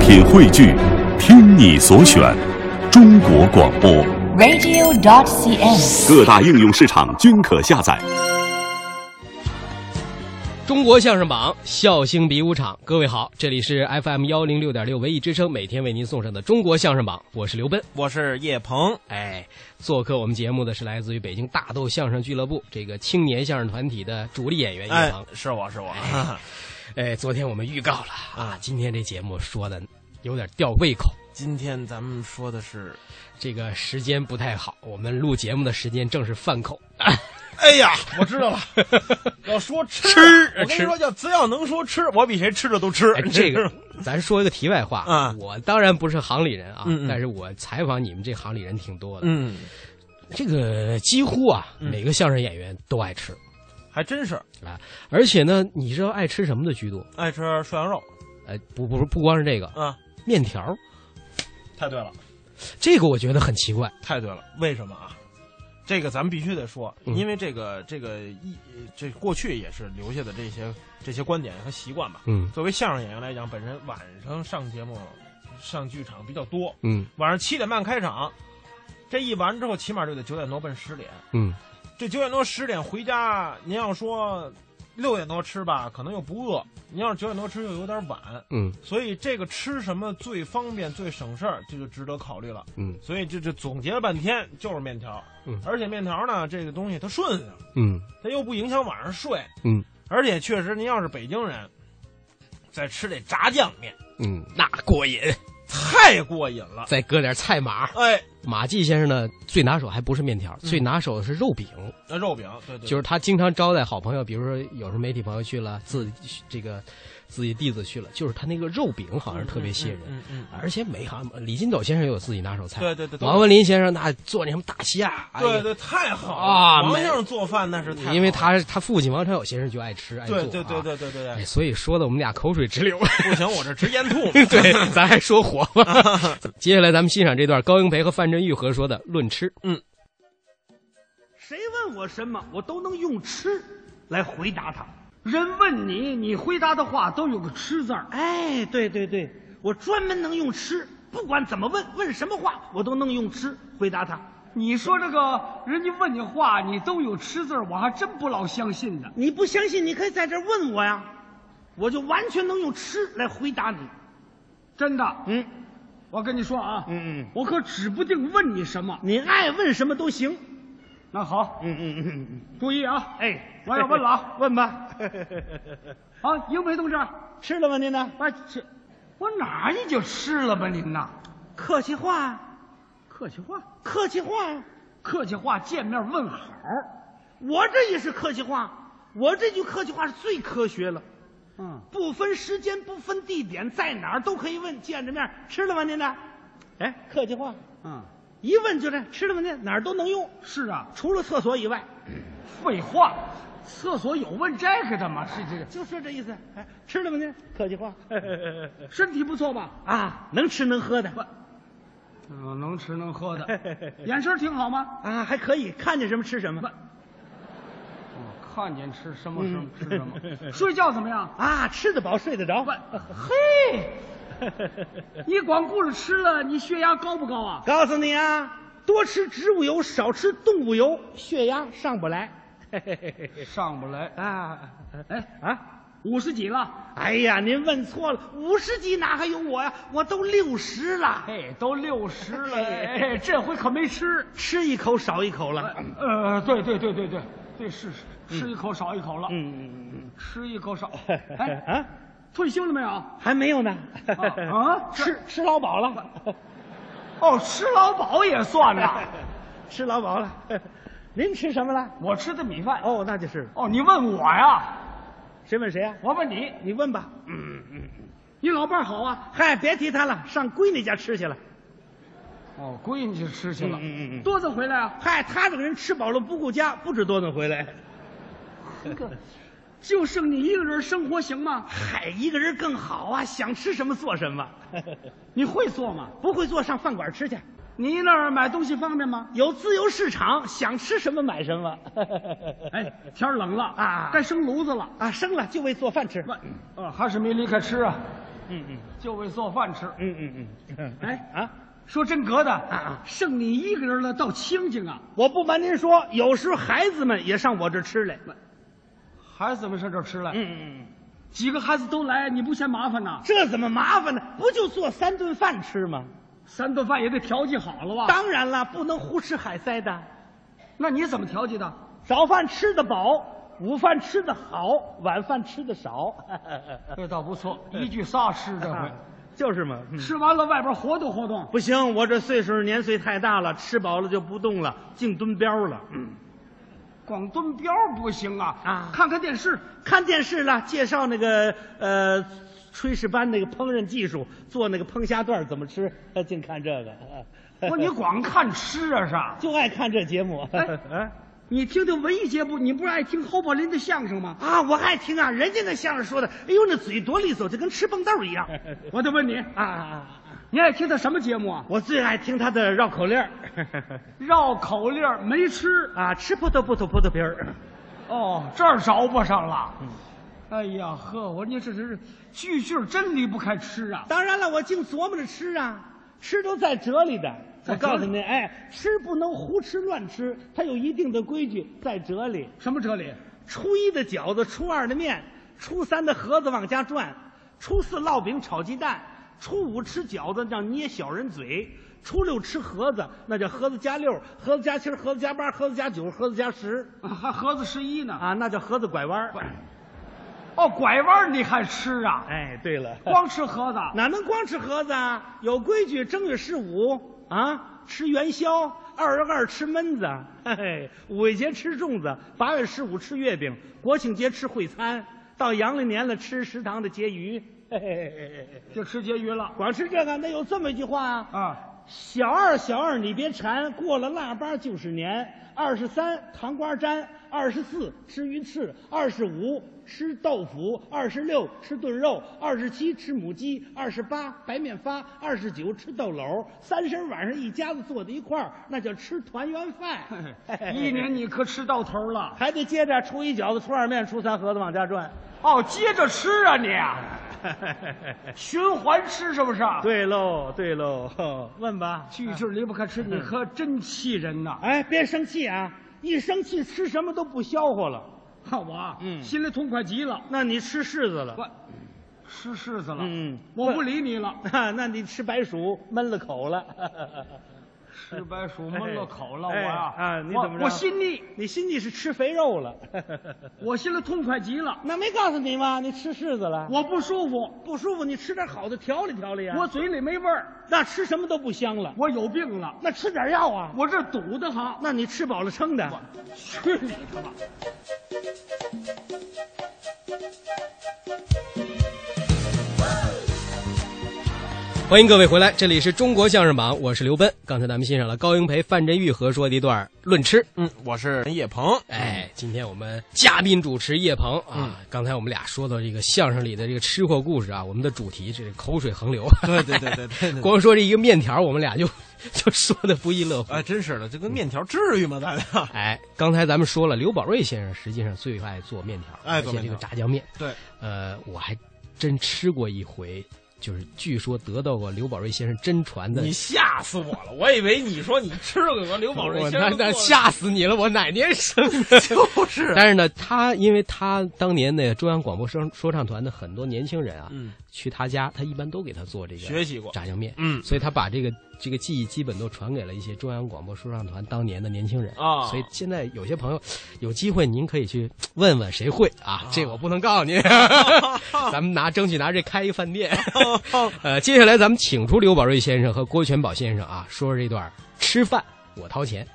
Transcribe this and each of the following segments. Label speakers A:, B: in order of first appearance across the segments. A: 品汇聚，听你所选，中国广播。
B: radio.cn。
A: 各大应用市场均可下载。
C: 中国相声榜，笑星比武场。各位好，这里是 FM 幺零六点六文艺之声，每天为您送上的中国相声榜，我是刘奔。
D: 我是叶鹏。
C: 哎，做客我们节目的是来自于北京大豆相声俱乐部这个青年相声团体的主力演员叶
D: 哎
C: 鹏。，
D: 是我是我，
C: 哎，昨天我们预告了啊，今天这节目说的有点吊胃口，
D: 今天咱们说的是，
C: 这个时间不太好，我们录节目的时间正是饭口。
D: 哎呀，我知道了，要说吃，
C: 吃
D: 我跟你
C: 吃
D: 说，要只要能说吃，我比谁吃的都吃
C: 哎，。
D: 你
C: 这
D: 知道
C: 个
D: 吗，
C: 咱说一个题外话
D: 啊
C: 我当然不是行里人啊，
D: 嗯嗯
C: 但是我采访你们这行里人挺多的。
D: 嗯，
C: 这个几乎啊，
D: 嗯
C: 每个相声演员都爱吃
D: 还真是
C: 啊，而且呢，你知道爱吃什么的居多？
D: 爱吃涮羊肉
C: 呃，不不不光是这个，
D: 啊，
C: 面条，
D: 太对了，
C: 这个我觉得很奇怪。
D: 太对了，为什么啊？这个咱们必须得说，
C: 嗯
D: 因为这个这个一这过去也是留下的这些这些观点和习惯吧。
C: 嗯
D: 作为相声演员来讲，本身晚上上节目、上剧场比较多，
C: 嗯
D: 晚上七点半开场，这一完之后起码就得九点多奔十点。
C: 嗯，
D: 这九点多十点回家，您要说六点多吃吧，可能又不饿；您要是九点多吃又有点晚，
C: 嗯
D: 所以这个吃什么最方便、最省事儿，这就值得考虑了。
C: 嗯
D: 所以这这总结了半天就是面条，
C: 嗯
D: 而且面条呢这个东西它顺性，
C: 嗯
D: 它又不影响晚上睡，
C: 嗯，
D: 而且确实您要是北京人，再吃这炸酱面
C: 嗯，那过瘾。
D: 太过瘾了，
C: 再搁点菜码。
D: 哎，
C: 马季先生呢，最拿手还不是面条，
D: 嗯
C: 最拿手的是肉饼，
D: 那肉饼对对，
C: 就是是他经常招待好朋友，比如说有时候媒体朋友去了，自己这个自己弟子去了，就是他那个肉饼好像是特别吸引人。
D: 嗯嗯，嗯
C: 而且每行李金斗先生也有自己拿手菜，
D: 对对对都有
C: 王文林先生那做那什么大虾，哎呀
D: 对对，太好了
C: 啊
D: 王
C: 美
D: 先生做饭那是太好了，
C: 因为他他父亲王朝友先生就爱吃爱做、啊，
D: 对对对对对对
C: 哎
D: 对，
C: 所以说的我们俩口水直流。。
D: 不行，我这直咽吐
C: 对， 咱还说火吧。接下来咱们欣赏这段高英培和范振钰合说的《论吃》。
E: 谁问我什么，我都能用“吃”来回答他。人问你，你回答的话都有个“吃”字儿。哎，对对对，我专门能用“吃”，不管怎么问，问什么话，我都能用“吃”回答他。
F: 你说这个人家问你话，你都有吃字儿，我还真不老相信呢。
E: 你不相信，你可以在这儿问我呀，我就完全能用“吃”来回答你。
F: 真的，
E: 嗯，
F: 我跟你说啊，
E: 嗯嗯
F: 我可指不定问你什么。
E: 你爱问什么都行。
F: 那好，
E: 嗯嗯嗯嗯，
F: 注意啊，
E: 哎，，
F: 我要问了啊
E: 问吧。
F: 啊，英培同志，
E: 吃了吗？您呢？
F: 哎，这我哪儿你就吃了吧您呐？
E: 客气话，
F: 客气话，
E: 客气话。
F: 客气话，见面问好，
E: 我这也是客气话，我这句客气话是最科学了。
F: 嗯，
E: 不分时间，不分地点，在哪儿都可以问。见着面，吃了吗？您呢？哎，客气话，
F: 嗯，
E: 一问就是吃了吗？您哪儿都能用，
F: 是啊，
E: 除了厕所以外，
F: 废话，厕所有问这个的吗？是这个，
E: 就是这意思。哎，吃了吗？您客气话
F: 身体不错吧？
E: 啊，能吃能喝的
F: 嗯，能吃能喝的， 眼神儿挺好吗？
E: 啊，还可以，看见什么吃什么
F: 我看见吃什么什么吃什 么，睡觉怎么样？
E: 啊，吃得饱，睡得着。
F: 嘿， 你光顾着吃了，你血压高不高啊？
E: 告诉你啊，多吃植物油，少吃动物油，血压上不来。
F: 上不来。
E: 啊，
F: 哎，
E: 啊！
F: 五十几了，
E: 哎呀，您问错了，五十级哪还有我呀？我都六十了，
F: 嘿，都六十了，
E: 嘿
F: 哎，这回可没吃。
E: 吃一口少一口了。
F: 呃，对对对对对，对是是吃一口少一口了，
E: 嗯，
F: 吃一 口少。
E: 啊
F: 哎，，退休了 没有？
E: 还没有呢。
F: 啊
E: 吃吃老饱了，
F: 哦，吃劳保也算 呐。
E: 吃老饱了。您吃什么了？
F: 我吃的米饭。哦
E: 哦，那就是
F: 哦，你问我呀？
E: 谁问谁啊？
F: 我问你，
E: 你问吧。
F: 你老伴儿好啊？
E: 嗨，别提他了，上闺女家吃去了。
F: 哦，闺女去吃去了，
E: 嗯嗯嗯
F: 多早回来啊？
E: 嗨，他这个人吃饱了不顾家，不止多顿回来。
F: 就剩你一个人生活行吗？
E: 嗨，一个人更好啊，想吃什么做 什么。
F: 你会做吗？
E: 不会做，上饭馆吃去。
F: 你那儿买东西方便吗？
E: 有自由市场，想吃什么买 什么。
F: 哎，天儿冷了
E: 啊
F: 该生炉子了。
E: 啊，生了就为做饭吃。
G: 嗯
F: 不，呃，还是没离开吃啊。
E: 嗯嗯
G: 就为做饭吃。
E: 嗯嗯嗯，
G: 哎
E: 啊，
G: 说真格的
E: 啊，
G: 剩你一个人了，倒清静啊！
E: 我不瞒您说，有时孩子们也上我这吃来。
G: 孩子们上这吃来，
E: 嗯嗯，
G: 几个孩子都来，你不嫌麻烦呐？
E: 这怎么麻烦呢？不就做三顿饭吃吗？
G: 三顿饭也得调剂好了吧？
E: 当然了，不能胡吃海塞的。
G: 那你怎么调剂的？
E: 早饭吃得饱，午饭吃得好，晚饭吃得少。
G: 这倒不错，一句仨吃这回。
E: 啊就是嘛。嗯
G: 啊吃完了，外边活动活动。
E: 不行，我这岁数年岁太大了，吃饱了就不动了，净蹲膘了。嗯
G: 光蹲标不行啊！
E: 啊
G: 看看电视，
E: 看电视了，介绍那个呃炊事班那个烹饪技术，做那个烹虾段儿怎么吃，呃净看这个。
G: 不是 你光看吃啊啥？
E: 就爱看这节目。
G: 哎你听听文艺节目，你不是爱听侯宝林的相声吗？
E: 啊，我爱听啊，人家那相声说的，哎呦，那嘴多利索，就跟吃蹦豆一 样。
G: 我得问你，
E: 啊，
G: 你爱听他什么节目啊？
E: 我最爱听他的绕口令 儿
G: 绕口令儿没吃
E: 啊，吃葡萄葡萄葡萄皮儿。
G: 哦，这儿着不上了。
E: 嗯
G: 哎呀呵，我说你这这是句句真离不开吃啊！
E: 当然了，我净琢磨着吃啊，吃都在辙里的。我
G: 在
E: 告
G: 辙里
E: 诉您，哎，吃不能胡吃乱吃，它有一定的规矩，在辙里。
G: 什么哲理？
E: 初一的饺子，初二的面，初三的盒子往家转，初四烙饼炒鸡蛋，初五吃饺子叫捏小人嘴，初六吃盒子那叫盒子加六，盒子加七，盒子加八，盒子加九，盒子加十
G: 啊还盒子十一呢？
E: 啊，那叫盒子拐弯儿。
G: 哦，拐弯儿你还吃啊？
E: 哎，对了，
G: 光吃盒子，
E: 哪能光吃盒子啊？有规矩，正月十五啊吃元宵，二十二吃焖子，嘿嘿，五一节吃粽子，八月十五吃月饼，国庆节吃烩餐，到阳历年了吃食堂的结余。嘿嘿嘿嘿嘿
G: 就吃结余了
E: 光吃这个，那有这么一句话啊：
G: 啊。。
E: 小二小二你别馋，过了腊八就是年。二十三糖瓜粘，二十四吃鱼翅，二十五吃豆腐，二十六吃炖肉，二十七吃母鸡，二十八白面发，二十九吃豆篓。三十晚上一家子坐在一块儿，那叫吃团圆饭
G: 一年你可吃到头了。
E: 还得接着初一饺子，初二面，初三盒子往家转。
G: 哦，接着吃啊你， 循环吃是不是？，
E: 对喽，对喽， 问吧。
G: 句句离不开吃，你可真气人呐！
E: 哎，别生气啊！一生气吃什么都不消化了。
G: 看我啊，
E: 嗯
G: 心里痛快极了，
E: 那你吃柿子了？
G: 我吃柿子了，
E: 嗯
G: 我不理你了，
E: 啊，那你吃白薯闷了口了。
G: 吃白薯闷了口 了，我
E: 哎
G: 呀，
E: 啊你
G: 我
E: 怎么着
G: 我心里，
E: 你心里是吃肥肉 了？
G: 我心里痛快极了，
E: 那没告诉你吗？你吃柿子了？
G: 我不舒服，
E: 不舒服，你吃点好的调理调理啊。
G: 我嘴里没味儿，
E: 那吃什么都不香了。
G: 我有病了，
E: 那吃点药啊。
G: 我这堵得慌。
E: 那你吃饱了撑 的。
G: 去你的吧！
C: 欢迎各位回来，这里是中国相声榜，我是刘奔。刚才咱们欣赏了高英培、范振钰合说的一段论吃。
D: 嗯，我是叶鹏。
C: 哎，今天我们嘉宾主持叶鹏
D: 嗯
C: 啊，刚才我们俩说到这个相声里的这个吃货故事啊，我们的主题这是口水横流。
D: 对对对对对对
C: 光说这一个面条，我们俩就 就说的不亦乐乎。
D: 哎，真是的，这个面条至于吗？咱俩？
C: 哎，刚才咱们说了，刘宝瑞先生实际上最爱做面条，
D: 爱
C: 而
D: 做
C: 且
D: 面
C: 这个
D: 条
C: 炸酱面。
D: 对，
C: 呃，我还真吃过一回，就是据说得到过刘宝瑞先生真传的
D: 你。吓死我了！我以为你说你吃了个刘宝瑞
C: 我
D: 先
C: 那
D: 生做
C: 那
D: 的
C: 吓死你了！我哪年生的？
D: 就是啊
C: 但是呢，他因为他当年那个中央广播声说唱团的很多年轻人啊，
D: 嗯
C: 去他家，他一般都给他做这个
D: 学习过
C: 炸酱面，
D: 嗯
C: 所以他把这个这个技艺基本都传给了一些中央广播说唱团当年的年轻人
D: 啊
C: 所以现在有些朋友有机会，您可以去问问谁会啊，这我不能告诉 您， 咱们拿争取拿这开一饭店。呃，接下来咱们请出刘宝瑞先生和郭全宝先生啊，说说这段吃饭我掏钱。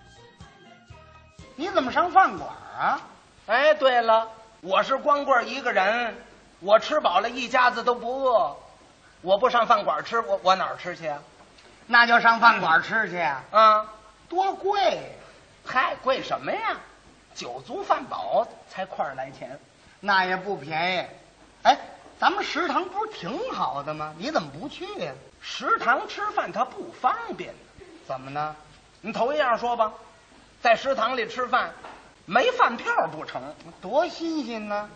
H: 你怎么上饭馆啊？哎，对了，我是光棍一个人，我吃饱了一家子都不饿，我不上饭馆吃，我我哪儿吃去啊？
I: 那就上饭馆吃去啊！
H: 啊，多贵呀！嗨，贵什么呀？酒足饭饱才块儿来钱。
I: 那也不便宜。哎，咱们食堂不是挺好的吗？你怎么不去呀、
H: 食堂吃饭它不方便，
I: 怎么呢？
H: 你头一样说吧，在食堂里吃饭，没饭票不成，
I: 多新鲜呢！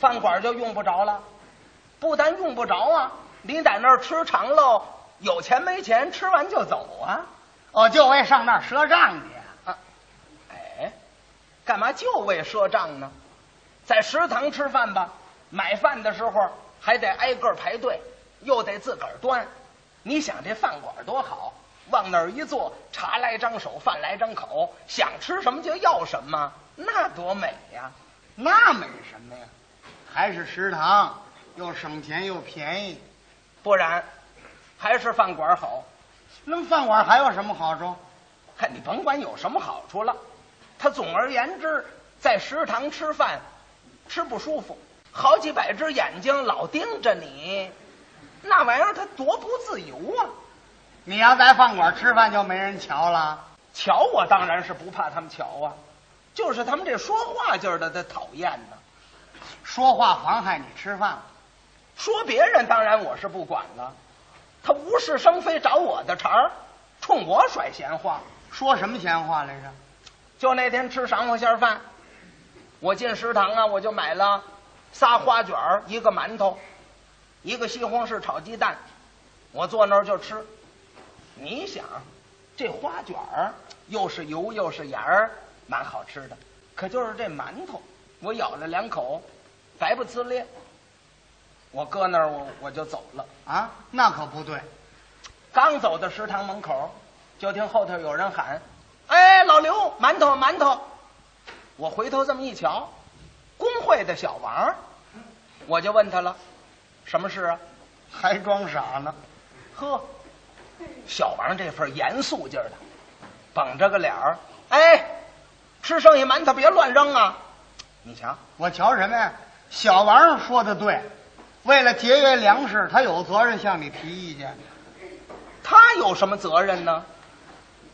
H: 饭馆就用不着了。不但用不着啊，你在那儿吃长喽，有钱没钱，吃完就走啊。
I: 哦，就为上那儿赊账去啊。
H: 哎，干嘛就为赊账呢？在食堂吃饭吧，买饭的时候还得挨个排队，又得自个儿端。你想这饭馆多好，往那儿一坐，茶来张手，饭来张口，想吃什么就要什么，那多美呀！
I: 那美什么呀？还是食堂，又省钱又便宜。
H: 不然，还是饭馆好。
I: 那饭馆还有什么好处？
H: 嗨，你甭管有什么好处了，他总而言之，在食堂吃饭，吃不舒服，好几百只眼睛老盯着你，那玩意儿他多不自由啊！
I: 你要在饭馆吃饭就没人瞧了。
H: 瞧我当然是不怕他们瞧啊，就是他们这说话劲儿的，他讨厌呢、
I: 说话妨害你吃饭了。
H: 说别人当然我是不管了，他无事生非找我的茬儿，冲我甩闲话。
I: 说什么闲话来着？
H: 就那天吃晌午馅儿饭，我进食堂啊，我就买了仨花卷儿一个馒头，一个西红柿炒鸡蛋，我坐那儿就吃。你想，这花卷儿又是油又是盐儿，蛮好吃的。可就是这馒头，我咬了两口，白不呲咧。我搁那儿，我我就走了。
I: 啊，那可不对。
H: 刚走到食堂门口，就听后头有人喊：“哎，老刘，馒头，馒头！”我回头这么一瞧，工会的小王，我就问他了：“什么事啊
I: 还装傻呢。？”
H: 呵，小王这份严肃劲儿的，绷着个脸儿：“哎，吃剩下馒头别乱扔啊！”你瞧，
I: 我瞧什么呀？小王说的对，为了节约粮食，他有责任向你提意见。
H: 他有什么责任呢？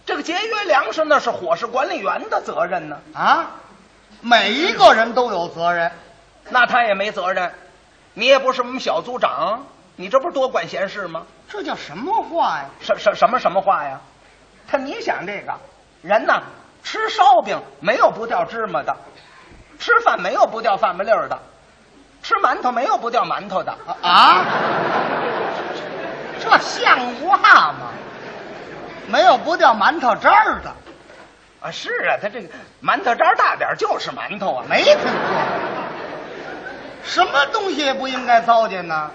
H: 这个节约粮食那是伙食管理员的责任呢。
I: 啊，每一个人都有责任。
H: 那他也没责任，你也不是我们小组长，你这不是多管闲事吗？
I: 这叫什么话呀？
H: 什什什么什么话呀？他你想这个人呐，吃烧饼没有不掉芝麻的，吃饭没有不掉饭不粒儿的，吃馒头没有不掉馒头的。
I: 啊 啊！这像话吗？没有不掉馒头渣儿的，
H: 啊，是啊，他这个馒头渣大点儿就是馒头啊，
I: 没听说。什么东西也不应该糟践呢？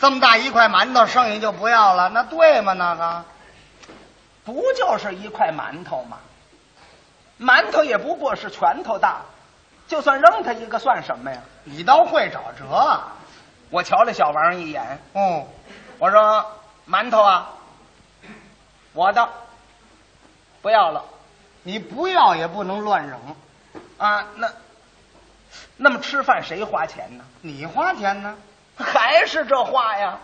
I: 这么大一块馒头，剩下就不要了，那对吗？那个
H: 不就是一块馒头吗？馒头也不过是拳头大，就算扔他一个算什么呀？
I: 你倒会找辙啊！
H: 我瞧了小王一眼，
I: 哦，
H: 我说馒头啊，我的不要了
I: 你不要也不能乱扔，
H: 啊。那那么吃饭谁花钱呢？
I: 你花钱呢？
H: 还是这话呀？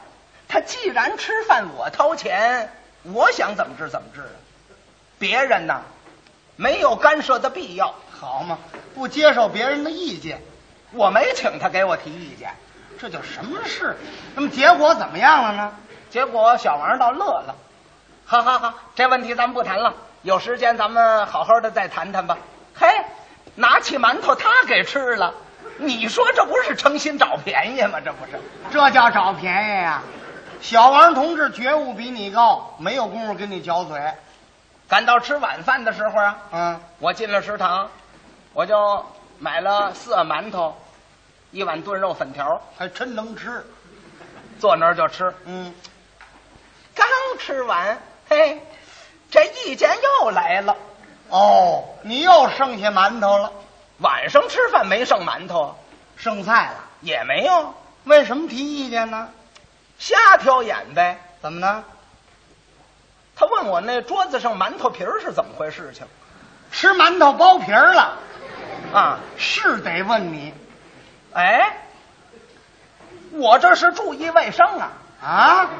H: 他既然吃饭我掏钱，我想怎么治怎么治啊。别人呐，没有干涉的必要。
I: 好嘛，不接受别人的意见，
H: 我没请他给我提意见，
I: 这叫什么事？那么结果怎么样了呢？
H: 结果小王倒乐了。好好好，这问题咱们不谈了，有时间咱们好好的再谈谈吧。嘿，拿起馒头他给吃了，你说这不是诚心找便宜吗？这不是？
I: 这叫找便宜呀、小王同志觉悟比你高，没有功夫跟你嚼嘴。
H: 赶到吃晚饭的时候啊，
I: 嗯，
H: 我进了食堂，我就买了四碗馒头，一碗炖肉粉条，
I: 还真能吃。
H: 坐那儿就吃。
I: 嗯，
H: 刚吃完，嘿，这意见又来了。
I: 哦，你又剩下馒头了，
H: 晚上吃饭没剩馒头，
I: 剩菜了。
H: 也没有，
I: 为什么提意见呢？
H: 瞎挑眼呗。
I: 怎么呢？
H: 他问我那桌子上馒头皮儿是怎么回事情
I: 吃馒头剥皮儿了，
H: 啊？
I: 是得问你
H: 哎，我这是注意卫生啊！
I: 啊？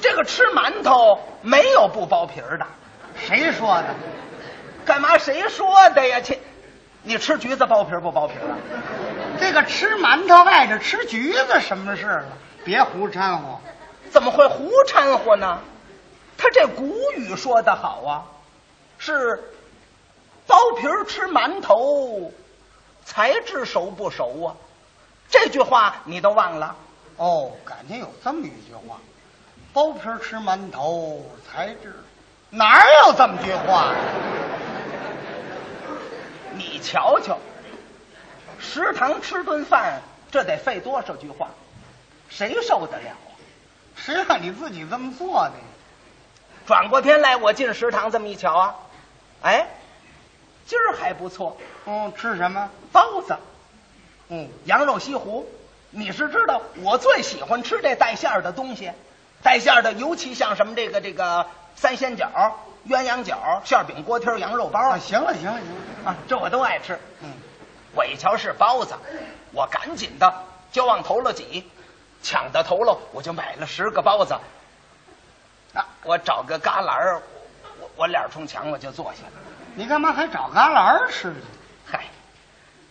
H: 这个吃馒头没有不剥皮儿的，
I: 谁说的？
H: 干嘛谁说的呀？亲，你吃橘子剥皮儿不剥皮儿啊？
I: 这个吃馒头外着吃橘子什么事
H: 啊
I: 了？别胡掺和。
H: 怎么会胡掺和呢？他这古语说得好啊，是剥皮儿吃馒头，才知熟不熟啊。这句话你都忘了？
I: 哦，感情有这么一句话：“包皮儿吃馒头才知。”哪儿有这么句话呀、
H: 你瞧瞧，食堂吃顿饭，这得费多少句话，谁受得了啊？
I: 谁让你自己这么做的呀？
H: 转过天来，我进食堂这么一瞧啊，哎，今儿还不错，
I: 嗯，吃什么？
H: 包子，
I: 嗯，
H: 羊肉西湖。你是知道，我最喜欢吃这带馅儿的东西，带馅儿的，尤其像什么这个这个三鲜饺、鸳鸯饺、馅儿饼、锅贴、羊肉包
I: 啊，
H: 啊，
I: 行了行了行了，
H: 啊这我都爱吃。
I: 嗯，
H: 我一瞧是包子，我赶紧的就往头了挤，抢到头了我就买了十个包子。啊，我找个旮旯儿，我我脸冲墙我就坐下了。
I: 你干嘛还找旮旯儿吃去？
H: 嗨，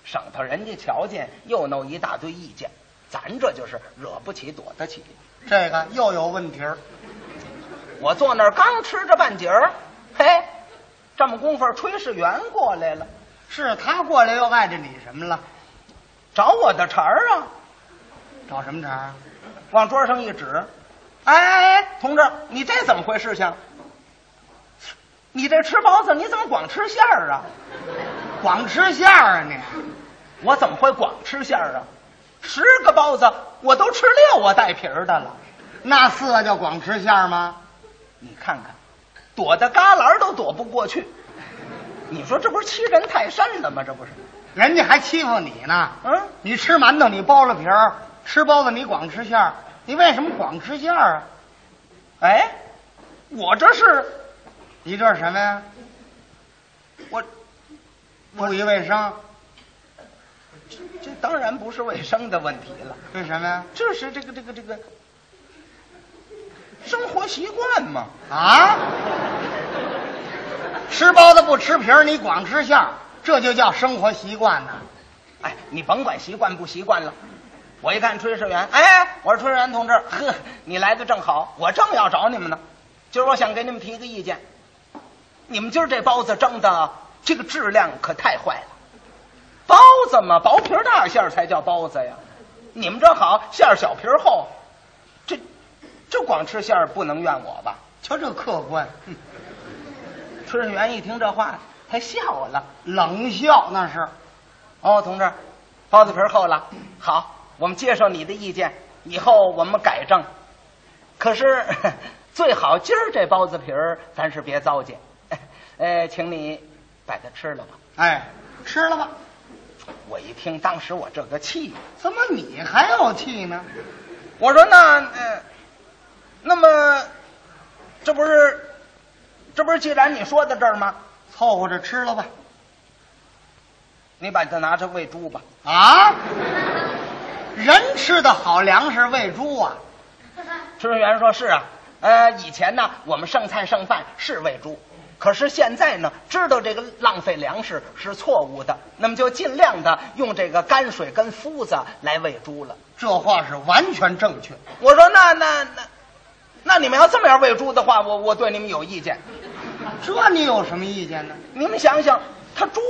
H: 省得人家瞧见，又弄一大堆意见。咱这就是惹不起躲得起。
I: 这个又有问题儿。
H: 我坐那儿刚吃着半截儿，嘿，这么功夫儿炊事员过来了，
I: 是他过来又碍着你什么了？
H: 找我的茬儿啊，
I: 找什么茬儿？啊
H: 往桌上一指，哎哎哎，同志，你这怎么回事情？你这吃包子你怎么光吃馅儿啊？
I: 光吃馅儿啊你？
H: 我怎么会光吃馅儿啊？十个包子我都吃六啊带皮儿的了，
I: 那四个叫光吃馅儿吗？
H: 你看看，躲的旮旯都躲不过去。你说这不是欺人太甚了吗？这不是？
I: 人家还欺负你呢。
H: 嗯，
I: 你吃馒头你剥了皮儿，吃包子你光吃馅儿，你为什么光吃馅儿啊？
H: 哎，我这是
I: 你这是什么呀？
H: 我
I: 注意卫生，
H: 这当然不是卫生的问题了，
I: 这是什么呀？
H: 这是这个这个这个生活习惯嘛。
I: 啊？吃包子不吃皮儿，你光吃馅儿，这就叫生活习惯呢。
H: 哎，你甭管习惯不习惯了。我一看炊事员，哎，我说炊事员同志，呵，你来的正好，我正要找你们呢。今儿我想给你们提个意见，你们今儿这包子蒸的这个质量可太坏了。包子嘛，薄皮儿大馅儿才叫包子呀。你们这好，馅儿小皮儿厚，这这光吃馅儿不能怨我吧？
I: 瞧这客 观，
H: 炊事员一听这话，他笑了。
I: 冷笑那是。
H: 哦，同志，包子皮儿厚了，好，我们接受你的意见，以后我们改正。可是 最好今儿这包子皮儿咱是别糟践， 呃，请你把它吃了吧。
I: 哎，吃了吧？
H: 我一听，当时我这个气呀，
I: 怎么你还有气呢？
H: 我说那呃，那么这不是这不是既然你说到这儿吗？
I: 凑合着吃了吧。
H: 你把它拿着喂猪吧。
I: 啊？人吃的好粮食喂猪啊？
H: 炊事员说：“是啊，呃，以前呢，我们剩菜剩饭是喂猪，可是现在呢，知道这个浪费粮食是错误的，那么就尽量的用这个泔水跟麸子来喂猪了。
I: 这话是完全正确。”
H: 我说：“那那那，那你们要这么样喂猪的话，我我对你们有意见。
I: 这你有什么意见呢？
H: 你们想想，他猪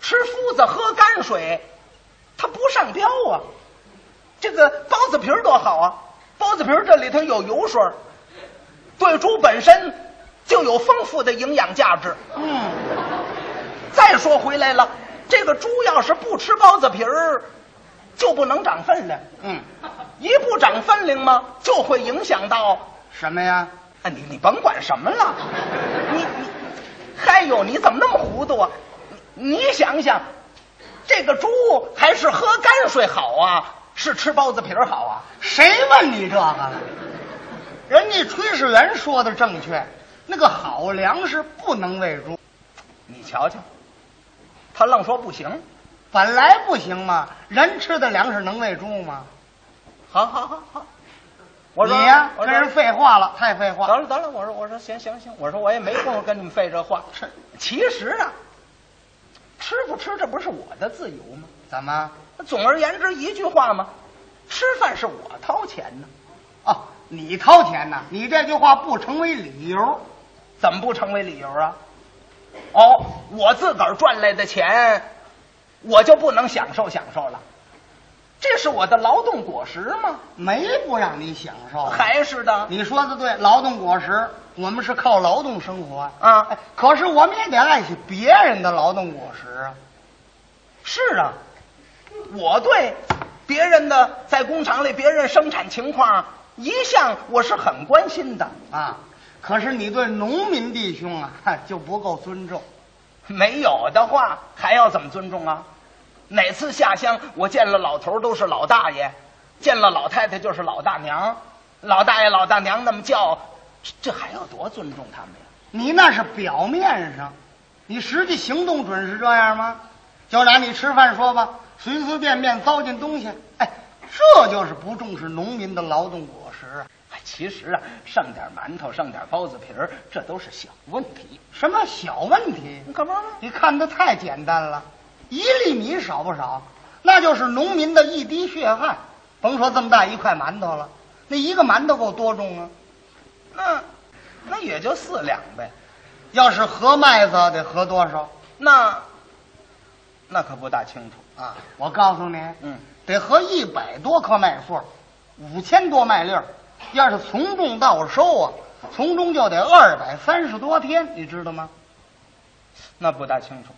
H: 吃麸子喝泔水，它不上膘啊。这个包子皮儿多好啊，包子皮儿这里头有油水儿，对猪本身就有丰富的营养价值。
I: 嗯，
H: 再说回来了，这个猪要是不吃包子皮儿，就不能长分量。
I: 嗯，
H: 一不长分量嘛，就会影响到
I: 什么呀？
H: 啊，你你甭管什么了，你你，嗨呦，你怎么那么糊涂啊？你你想想，这个猪还是喝泔水好啊，是吃包子皮儿好啊？
I: 谁问你这个了？人家炊事员说的正确，那个好粮食不能喂猪，
H: 你瞧瞧，他愣说不行。
I: 本来不行嘛。人吃的粮食能喂猪吗？
H: 好好好好，我
I: 你
H: 说
I: 呀、
H: 我
I: 跟人
H: 说
I: 废话了，太废话
H: 得。了得了，我说我说行行行，我说我也没工夫跟你们费这话。
I: 是
H: 其实啊，吃不吃这不是我的自由吗？
I: 怎么？
H: 总而言之一句话嘛，吃饭是我掏钱呢。
I: 哦，你掏钱呐？你这句话不成为理由。
H: 怎么不成为理由啊？哦，我自个儿赚来的钱，我就不能享受享受了。这
E: 这是我的劳动果实吗？
H: 没不让你享受。啊
E: 还是的，
H: 你说的对，劳动果实，我们是靠劳动生活
E: 啊
H: 哎可是我们也得爱惜别人的劳动果实啊。
E: 是啊，我对别人的在工厂里别人生产情况一向我是很关心的，
H: 啊，可是你对农民弟兄啊哈就不够尊重。
E: 没有的话还要怎么尊重啊？哪次下乡我见了老头儿都是老大爷，见了老太太就是老大娘，老大爷老大娘那么叫，这这还要多尊重他们呀？
H: 你那是表面上，你实际行动准是这样吗？就拿你吃饭说吧，随随便便糟践东西，哎，这就是不重视农民的劳动果实啊！
E: 哎其实啊，剩点馒头，剩点包子皮儿，这都是小问题。
H: 什么小问题？
E: 你干嘛呢？
H: 你看的太简单了，一粒米少不少，那就是农民的一滴血汗。甭说这么大一块馒头了，那一个馒头够多重啊？
E: 那那也就四两呗。
H: 要是合麦子得合多少
E: 那那可不大清楚。
H: 啊？ 我告诉你，
E: 嗯，
H: 得合一百多颗麦穗儿，五千多麦粒儿。要是从种到收啊，从中就得二百三十多天，你知道吗？
E: 那不大清楚。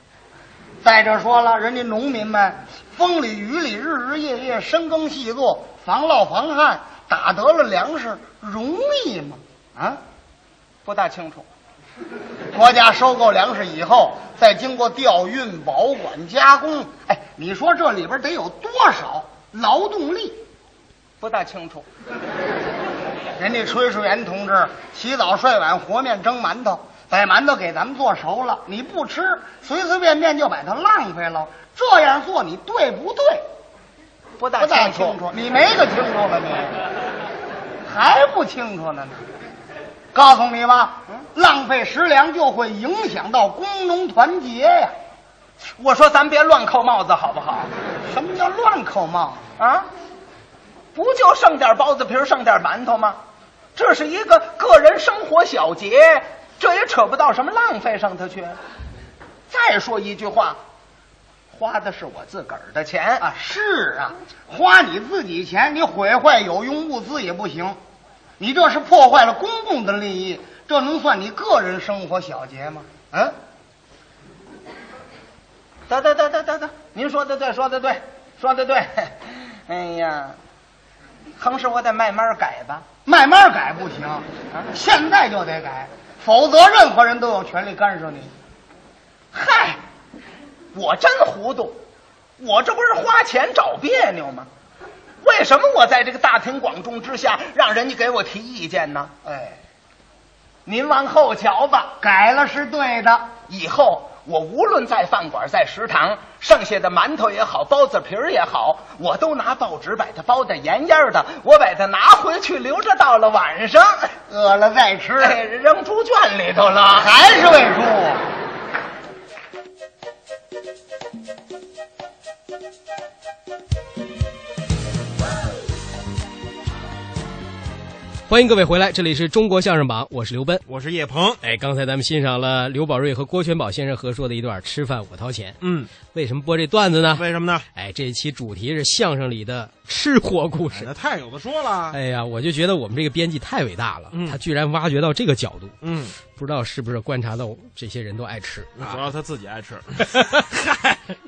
H: 再者说了，人家农民们风里雨里，日日夜夜深耕细作，防涝防旱，打得了粮食，容易吗？啊，
E: 不大清楚。
H: 国家收购粮食以后，再经过调运、保管、加工，哎，你说这里边得有多少劳动力？
E: 不大清楚，
H: 人家炊事员同志洗澡、涮碗、和面、蒸馒头，把馒头给咱们做熟了，你不吃，随随便便就把它浪费了，这样做你对不对？
E: 不
H: 不大
E: 大
H: 清
E: 楚。
H: 楚，你没个清楚了你，还不清楚呢你？告诉你吧，浪费食粮就会影响到工农团结呀。
E: 我说咱别乱扣帽子好不好？
H: 什么叫乱扣帽子？
E: 啊，不就剩点包子皮儿，剩点馒头吗？这是一个个人生活小节，这也扯不到什么浪费上头去。再说一句话，花的是我自个儿的钱
H: 啊，是啊，花你自己钱，你毁坏有用物资也不行，你这是破坏了公共的利益，这能算你个人生活小节吗？嗯，
E: 得得得得得得，您说的对，说的对，说的 对。哎呀，横是我得慢慢改吧。
H: 慢慢改不行，啊现在就得改，否则任何人都有权利干涉你。
E: 嗨，我真糊涂，我这不是花钱找别扭吗？为什么我在这个大庭广众之下让人家给我提意见呢？
H: 哎，
E: 您往后瞧吧，
H: 改了是对的，
E: 以后我无论在饭馆、在食堂，剩下的馒头也好，包子皮儿也好，我都拿报纸把它包得严严的，我把它拿回去留着，到了晚上。
H: 饿了再吃，
E: 哎，扔猪圈里头了，
H: 还是喂猪。
C: 欢迎各位回来，这里是中国相声榜，我是刘奔。
D: 我是叶鹏，
C: 哎，刚才咱们欣赏了刘宝瑞和郭全宝先生合说的一段“吃饭我掏钱”。
D: 嗯，
C: 为什么播这段子呢？
D: 为什么呢？
C: 哎，这一期主题是相声里的吃货故
D: 哎
C: 事
D: 那。太有的说了。
C: 哎呀，我就觉得我们这个编辑太伟大了，
D: 嗯
C: 他居然挖掘到这个角度，
D: 嗯，
C: 不知道是不是观察到这些人都爱吃
D: 主
C: 啊？
D: 要他自己 爱吃。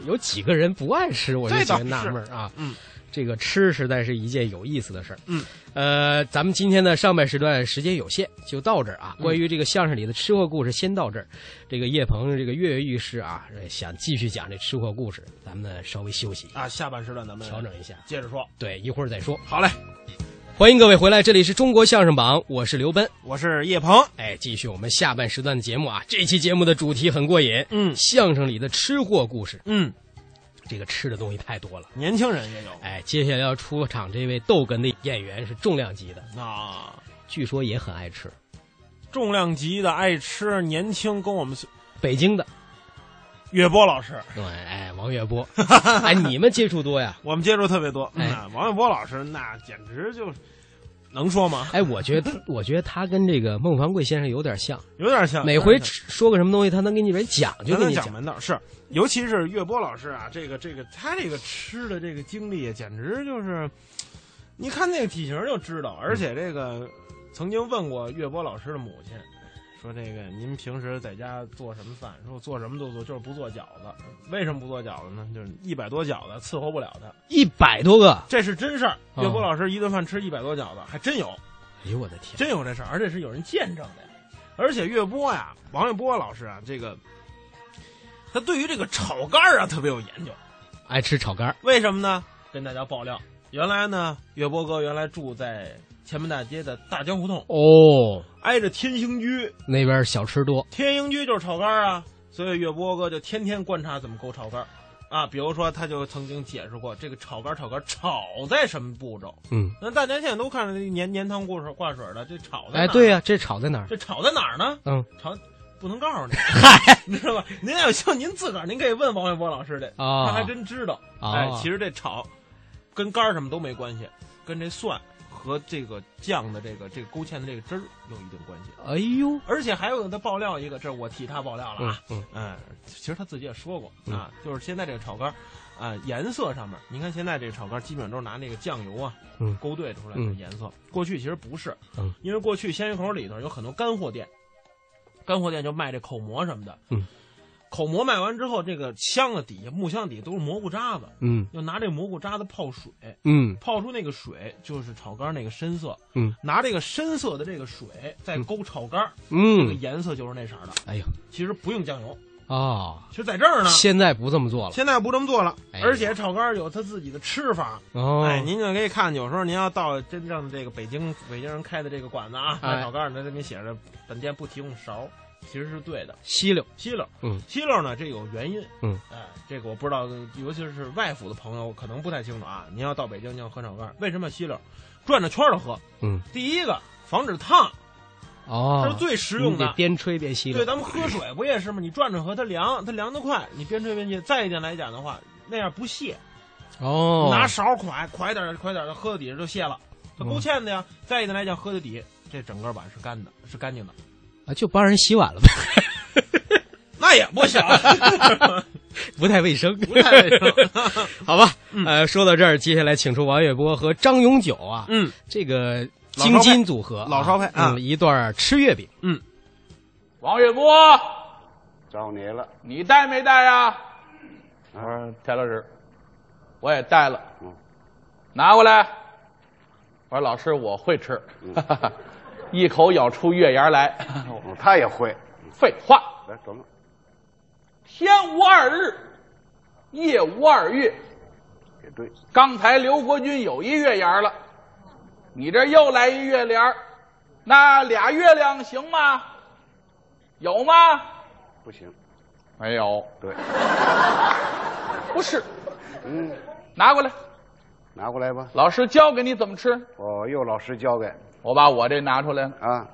C: 有几个人不爱吃，我就
D: 这
C: 觉
D: 倒
C: 得纳闷儿啊。
D: 嗯，
C: 这个吃实在是一件有意思的事儿。
D: 嗯，
C: 呃，咱们今天的上半时段时间有限，就到这儿啊。关于这个相声里的吃货故事，先到这儿。这个叶鹏这个跃跃欲试啊，呃想继续讲这吃货故事，咱们呢稍微休息，
D: 啊，下半时段咱们
C: 调整一下。
D: 接着说。
C: 对，一会儿再说。
D: 好嘞，
C: 欢迎各位回来，这里是中国相声榜，我是刘奔。
D: 我是叶鹏。
C: 哎，继续我们下半时段的节目啊！这期节目的主题很过瘾，
D: 嗯
C: 相声里的吃货故事，
D: 嗯，
C: 这个吃的东西太多了。
D: 年轻人也有
C: 哎，接下来要出场这位逗哏的演员是重量级的，
D: 啊，
C: 据说也很爱吃，
D: 重量级的爱吃，年轻跟我们
C: 北京的，
D: 岳波老师，
C: 对，哎，王月 波，哎，你们接触多呀？
D: 我们接触特别多。嗯
C: 哎
D: 啊王岳波老师那简直就是能说吗？
C: 哎，我觉得， 我觉得他跟这个孟凡贵先生有点像，
D: 有点像
C: 每回说个什么东西，他能给你们讲，就
D: 就
C: 给
D: 能
C: 你
D: 讲门道是，尤其是岳波老师啊，这个这个他这个吃的这个经历，简直就是，你看那个体型就知道。而且这个曾经问过岳波老师的母亲，说这个您平时在家做什么饭？说我做什么都做，就是不做饺子。为什么不做饺子呢？就是一百多饺子伺候不了他，
C: 一百多个。
D: 这是真事儿。
C: 哦
D: 岳波老师一顿饭吃一百多饺子，还真有。
C: 哎呦我的天！
D: 真有这事儿，而且是有人见证的。而且岳波呀，王岳波老师啊，这个他对于这个炒肝儿啊特别有研究。
C: 爱哎吃炒肝儿，
D: 为什么呢？跟大家爆料，原来呢，岳波哥原来住在前门大街的大江胡同，
C: 哦，
D: 挨着天兴居，
C: 那边小吃多。
D: 天兴居就是炒肝儿啊，所以岳波哥就天天观察怎么勾炒肝儿。啊，比如说，他就曾经解释过这个炒肝儿，炒肝儿炒在什么步骤？
C: 嗯，
D: 那大家现在都看着那年年汤过水挂水的，这炒在哪儿啊
C: 哎，对呀、这炒在哪儿？
D: 这炒在哪儿呢？
C: 嗯，
D: 炒不能告诉你，嗨，你知道吧？您要像您自个儿，您可以问王卫波老师这，
C: 啊
D: 他还真知道。
C: 啊
D: 哎，其实这炒跟肝儿什么都没关系，跟这蒜和这个酱的这个这个勾芡的这个汁儿有一定关系。
C: 哎呦，
D: 而且还有他爆料一个，这我替他爆料了
C: 嗯
D: 啊，
C: 嗯，
D: 嗯，其实他自己也说过啊，就是现在这个炒肝儿啊、颜色上面，你看现在这个炒肝儿基本上都是拿那个酱油啊，
C: 嗯
D: 勾兑出来的
C: 嗯
D: 颜色。过去其实不是，
C: 嗯
D: 因为过去鲜鱼口里头有很多干货店，干货店就卖这口蘑什么的，
C: 嗯，
D: 口蘑卖完之后，这个箱子底下木箱底下都是蘑菇渣子，
C: 嗯
D: 要拿这蘑菇渣子泡水，
C: 嗯
D: 泡出那个水就是炒肝儿那个深色，
C: 嗯，
D: 拿这个深色的这个水再勾炒肝儿，这个
C: 嗯，
D: 颜色就是那色儿的。
C: 哎呦
D: 其实不用酱油，
C: 啊、
D: 其实在这儿呢，
C: 现在不这么做了。
D: 现在不这么做了，
C: 哎
D: 而且炒肝儿有它自己的吃法。
C: 哦，
D: 哎，您就可以看，有时候您要到真正的这个北京北京人开的这个馆子啊，
C: 哎
D: 卖炒肝儿，那这边写着本店不提供勺，其实是对的。
C: 吸溜，
D: 西溜，
C: 嗯，
D: 西溜呢，这有原因，
C: 嗯，
D: 哎，这个我不知道，尤其是外府的朋友可能不太清楚啊。您要到北京，您要喝炒肝儿，为什么要西溜？转着圈儿的喝，
C: 嗯，
D: 第一个防止烫，
C: 哦，
D: 这是最实用
C: 你得
D: 的。
C: 边吹边吸溜
D: 对，。咱们喝水不也是吗？你转着喝，它凉，它凉得快，你边吹边吸。再一点来讲的话，那样不泄，
C: 哦，
D: 拿勺儿㧟，㧟点儿，㧟点儿，喝到底下就泄了，它勾芡的呀。再一点来讲，喝到底，这整个碗是干的，是干净的，
C: 啊，就帮人洗碗了呗，
D: 那也不行，
C: 不太卫生，
D: 不太卫生。 嗯
C: 好吧，呃，说到这儿，接下来请出王月波和张永久啊，
D: 嗯，
C: 这个
D: 老
C: 京
D: 烧
C: 津
D: 派
C: 组合啊，
D: 老烧派啊
C: 嗯，一段吃月饼，
J: 王月波，
K: 找你了，
J: 你带没带啊呀？
K: 我说
J: 田老师，我也带了，
K: 嗯
J: 拿过来。我说老师，我会吃， 一口咬出月牙来。
K: 嗯他也会，
J: 废话，
K: 来怎么？
J: 天无二日，夜无二月。
K: 也对，
J: 刚才刘国军有一月牙了，你这又来一月亮儿，那俩月亮行吗？有吗？
K: 不行，
J: 没有，
K: 对，
J: 不是，
K: 嗯，
J: 拿过来，
K: 拿过来吧，
J: 老师教给你怎么吃。
K: 我哦又老师交给
J: 我把我这拿出来了，
K: 啊，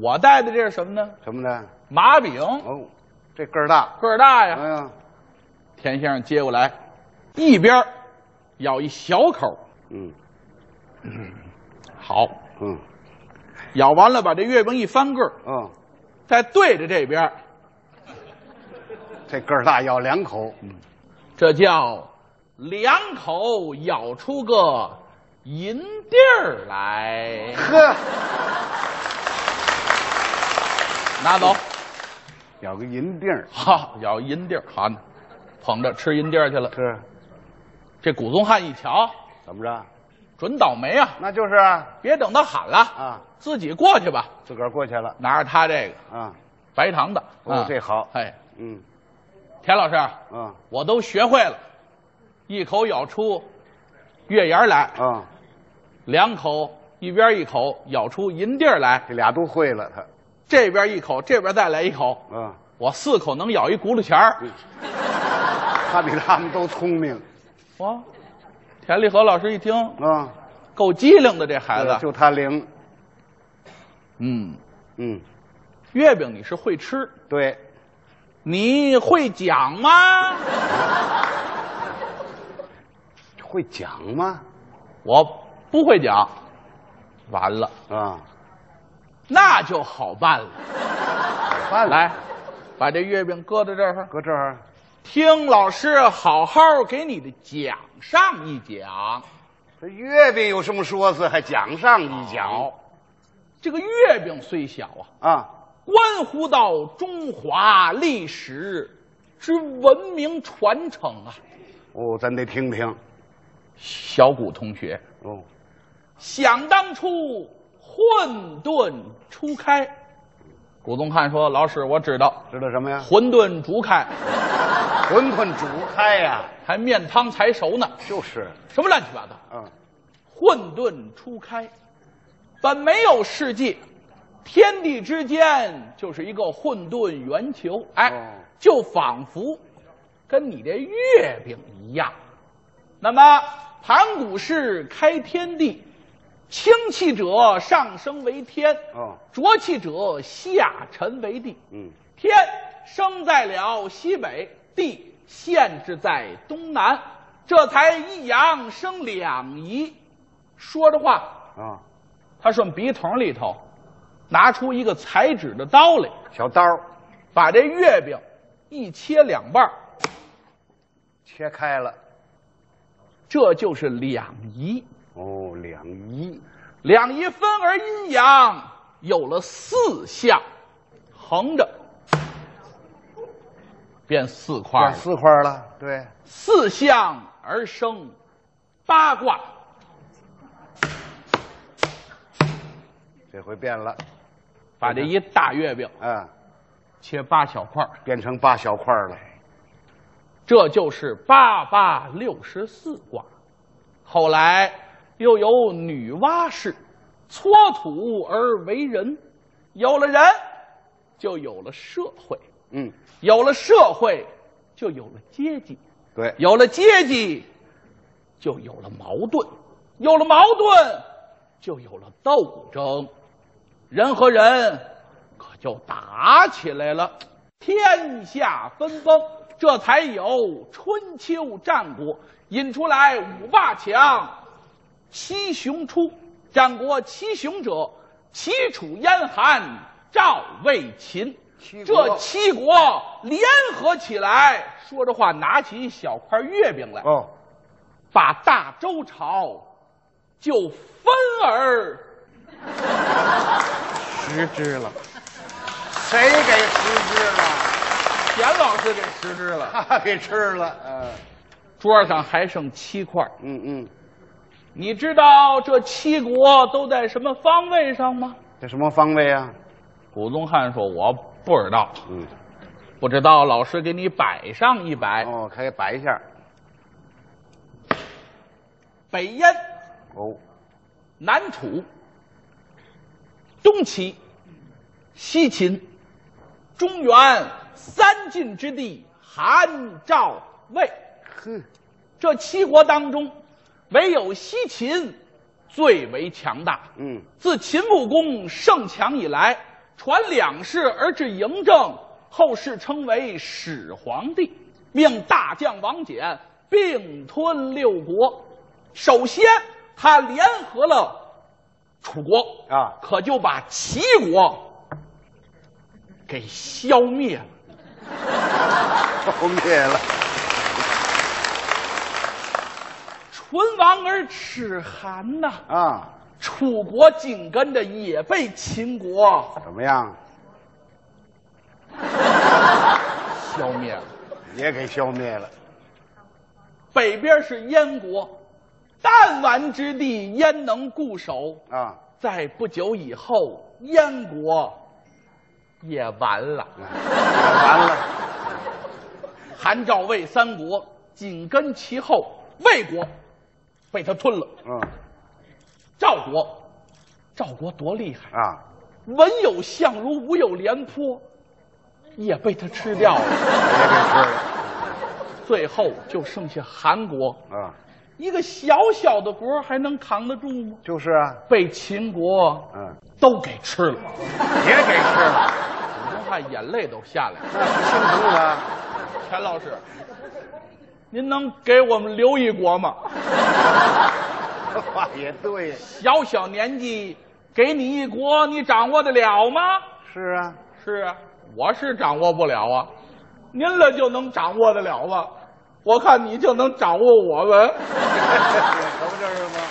J: 我带的这是什么呢？
K: 什么呢？
J: 麻饼，
K: 哦，这个儿大，
J: 个儿大呀。
K: 哎呀，
J: 田先生接过来，一边儿咬一小口，
K: 嗯
J: 好，
K: 嗯
J: 咬完了把这月饼一翻个儿，
K: 嗯，
J: 再对着这边儿，
K: 这个儿大咬两口，嗯，
J: 这叫两口咬出个银锭儿 来。
K: 呵，
J: 拿走，
K: 咬个银锭儿，
J: 好，咬银锭儿，好呢，捧着吃银锭儿去了。
K: 是
J: 这古宗汉一瞧，
K: 怎么着？
J: 准倒霉啊！
K: 那就是啊，
J: 别等他喊了
K: 啊，
J: 自己过去吧。
K: 自个儿过去了
J: 拿着他这个
K: 啊，
J: 白糖的，
K: 哦
J: 啊
K: 这好
J: 哎，
K: 嗯
J: 田老师，
K: 啊
J: 我都学会了，一口咬出月牙来，
K: 啊，
J: 两口一边一口咬出银锭来，
K: 这俩都会了他，
J: 这边一口，这边再来一口，
K: 啊，
J: 我四口能咬一轱辘钱
K: 嗯
J: 儿。
K: 他比他们都聪明
J: 哇！田立和老师一听，
K: 啊，
J: 够机灵的这孩
K: 就
J: 子。
K: 他灵，
J: 嗯，
K: 嗯，
J: 月饼你是会吃，
K: 对，
J: 你会讲吗？
K: 会讲吗？
J: 我不会讲，完了，
K: 啊，
J: 那就好办了。
K: 办了，
J: 来，把这月饼搁到这儿，
K: 搁这儿，
J: 听老师好好给你的讲上一讲。
K: 这月饼有什么说辞？还讲上一讲
J: 好这个月饼虽小啊，
K: 啊？
J: 关乎到中华历史之文明传承啊。
K: 哦，咱得听听。
J: 小谷同学，
K: 哦，
J: 想当初混沌初开，古宗翰说：“老师，我知道
K: 知道什么呀？
J: 混沌逐开，
K: 馄饨煮开呀，
J: 还面汤才熟呢，
K: 就是，
J: 什么乱七八糟。”
K: 嗯，
J: 混沌初开，本没有世界，天地之间就是一个混沌圆球，哎，
K: 哦
J: 就仿佛跟你这月饼一样。那么盘古氏开天地，清气者上升为天，
K: 哦
J: 浊气者下沉为地。
K: 嗯，
J: 天生在了西北，地限制在东南，这才一阳生两仪。说着话，
K: 啊，
J: 他顺笔筒里头拿出一个裁纸的刀来，
K: 小刀儿
J: 把这月饼一切两半儿，
K: 切开了。
J: 这就是两仪。
K: 哦，两仪，
J: 两仪分而阴阳，有了四象，横着变四块
K: 变
J: 了。
K: 四块了。对，
J: 四象而生八卦，
K: 这回变了。
J: 把这一大月饼
K: 嗯，
J: 切八小块儿，
K: 变成八小块了。
J: 这就是八八六十四卦。后来又有女娲氏，搓土而为人，有了人，就有了社会，
K: 嗯，
J: 有了社会，就有了阶级，
K: 对，
J: 有了阶级，就有了矛盾，有了矛盾，就有了斗争，人和人可就打起来了，天下分崩，这才有春秋战国，引出来五霸强，七雄出。战国七雄者，齐楚燕韩赵魏秦，
K: 七国
J: 这七国联合起来，说着话，拿起一小块月饼来，
K: 哦，
J: 把大周朝就分而
K: 十只了。谁给十只了？
J: 田老师给实施了。
K: 他给吃了。嗯
J: 桌上还剩七块，
K: 嗯嗯，
J: 你知道这七国都在什么方位上吗？
K: 这什么方位啊？
J: 古宗翰说：“我不知道，
K: 嗯，
J: 不知道。”老师给你摆上一摆，
K: 哦，可以摆一下。
J: 北燕、
K: 哦，
J: 南楚、东齐、西秦、中原三晋之地，韩、赵、魏。
K: 呵，
J: 这七国当中，唯有西秦最为强大。
K: 嗯，
J: 自秦穆公盛强以来，传两世而至嬴政，后世称为始皇帝，命大将王翦并吞六国。首先，他联合了楚国
K: 啊
J: 可就把齐国给消灭了。
K: 消灭了。
J: 唇亡而齿寒呐、
K: 啊，
J: 楚国紧跟着也被秦国
K: 怎么样？
J: 消灭了。
K: 也给消灭了。
J: 北边是燕国，弹丸之地，焉能固守？
K: 啊，
J: 在不久以后，燕国也完了。
K: 完了。
J: 韩、赵、魏三国紧跟其后，魏国被他吞了。
K: 嗯
J: 赵国，赵国多厉害，
K: 啊，
J: 文有相如，武有廉颇，也被他吃掉了。
K: 也给 吃了。
J: 最后就剩下韩国，
K: 啊，
J: 一个小小的国还能扛得住吗？
K: 就是啊。
J: 被秦国
K: 嗯，
J: 都给吃了，
K: 也给吃了。
J: 古宗汉眼泪都下来了。
K: 那是心疼啊。
J: 钱老师，您能给我们留一国吗？
K: 这话也对，
J: 小小年纪给你一国，你掌握得了吗？
K: 是啊，
J: 是啊，我是掌握不了啊，您了就能掌握得了吗？我看你就能掌握我们。
K: 可不就是吗？